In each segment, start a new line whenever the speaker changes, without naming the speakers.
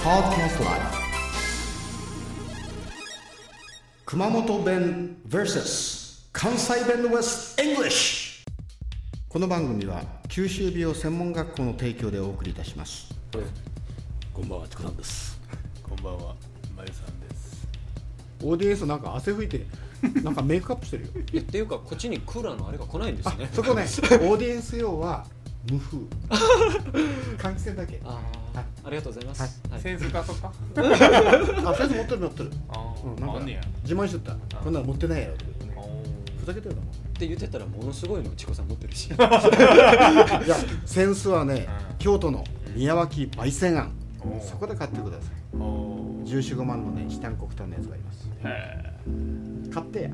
Podcast Live 熊本弁 vs 関西弁 vs English この番組は九州美容専門学校の提供でお送りいたします
こんばんは、ちくさんです。こんばんは、まゆさんです。
オーディエンスなんか汗拭い てなんかメイクアップしてるよ
いやっていうかこっちにクーラーのあれが来ないんですね
そ こねオーディエンス用は無 風換気扇だけ
ああ、ありがとうございます、はい
センスかそっか。
あ先生持ってる持ってる
あ
うん
ー
なんか
あんねや。
自慢しとったこんなの持ってないやろって
お
ふざけてるだも
って言ってたらものすごいのちこさん持ってるし
んいやセンスはね
うん
京都の宮脇焙煎庵
お
そこで買ってくださ
ーお
い1415万のね四炭黒炭のやつがあります
ー。へ
買ってや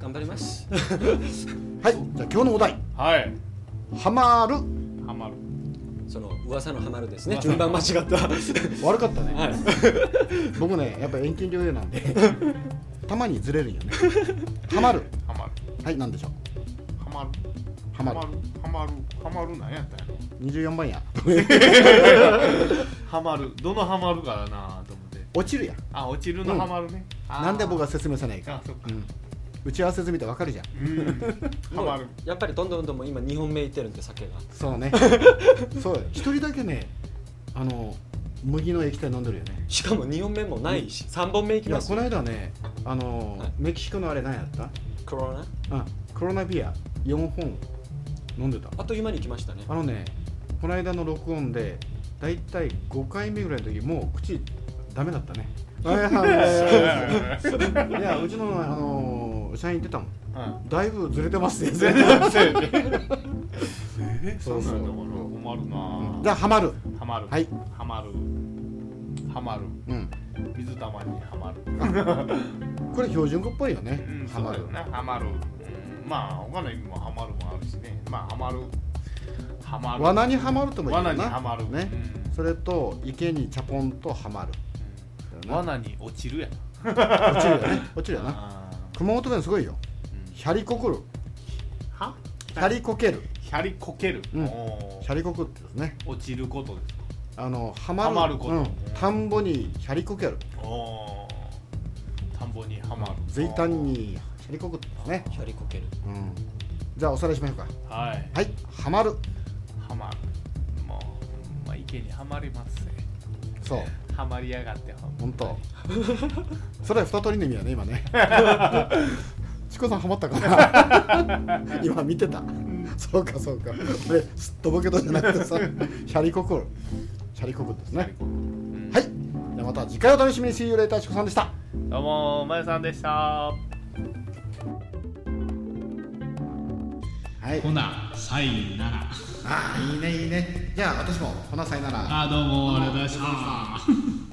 頑張ります
はいじゃあ今日のお題
ーはい。
ハマる
ハマる。
その噂のハマるですね順番間違ったは
悪かったね
い
僕ねやっぱ遠近両用 なんでたまにずれるんよねハマる
ハマる。
はいなんでしょう
ハマる。
ハマる
ハマる。ハマる。なんやったんやろ。
24番 や
ハマる。どのハマるかなと思って。
落ちるやん
あ、落ちるのハマるね。あー
なんで僕は説明さないか
あ、そっか
う。ん打ち合わせ済みでわかるじゃん
うん。ハ マる
も。うやっぱりどんどんどんどん今2本目いってるんで酒が
そう ねそうよ一人だけねあの麦の液体飲んでるよね
しかも2本目もないし3本目いき
いや
ます
この間ねあの、
はい
メキシコのあれ何やった
コロナ
あコロナビア4本飲んでた
あっという間に来ましたね
あのねこの間の録音でだいたい5回目ぐらいの時もう口ダメだったね いやうちの、あの社員言ってたもん
うん。
だいぶずれてます ね
全然せえで。えー、
そ
そうう
そう
なんだから困るな。
じゃあハマる
ハマる。
はい。
ハマる。ハマる。
うん
水玉にハマる。
これ標準語っぽいよね
うん、
ハ
そう
マ
だ
る
よね。ハマる。うんまあ、他の意味もハマるもあるしね。まあ、ハマる。ハマる。
罠にはまるとも言う
罠
よ
に
な
ハマる。
ね
うん
それと池にチャポンとはまる
うん罠に落ちるやな。
落ちるよね落ちるよな
あ
熊本弁すごいよ
ーうん
ひゃりこくる
は
ひゃりこける
ひゃりこける。
うん
おー
ひゃりこくってですね
落ちることです
あのはまる
はまること
うん、田んぼにひゃりこける
か。おー田んぼにハマる。
随端にひゃりこくってですね、
光こける
うん、じゃあおさらいしましょうか
おー。はい。
はいはまる
ハマる。もう、まあ、池にはまりますね。
そう
はまりやがって。ほん
本
ま
当。それは二通りの意味やね今 ね。チコさんハマったか な。今見てた。そうかそうか。俺すっとぼけとじゃなくてさ、シャリコクシャリコクですね。
うん
はい。じゃあまた次回お楽しみに。See you later チコさんでした。
どうもまゆさんでした
はい。
ほな、サインなら。
ああいいねいいね。じゃあ私もほなさいなら。
あ、どうも、ありがとうございました。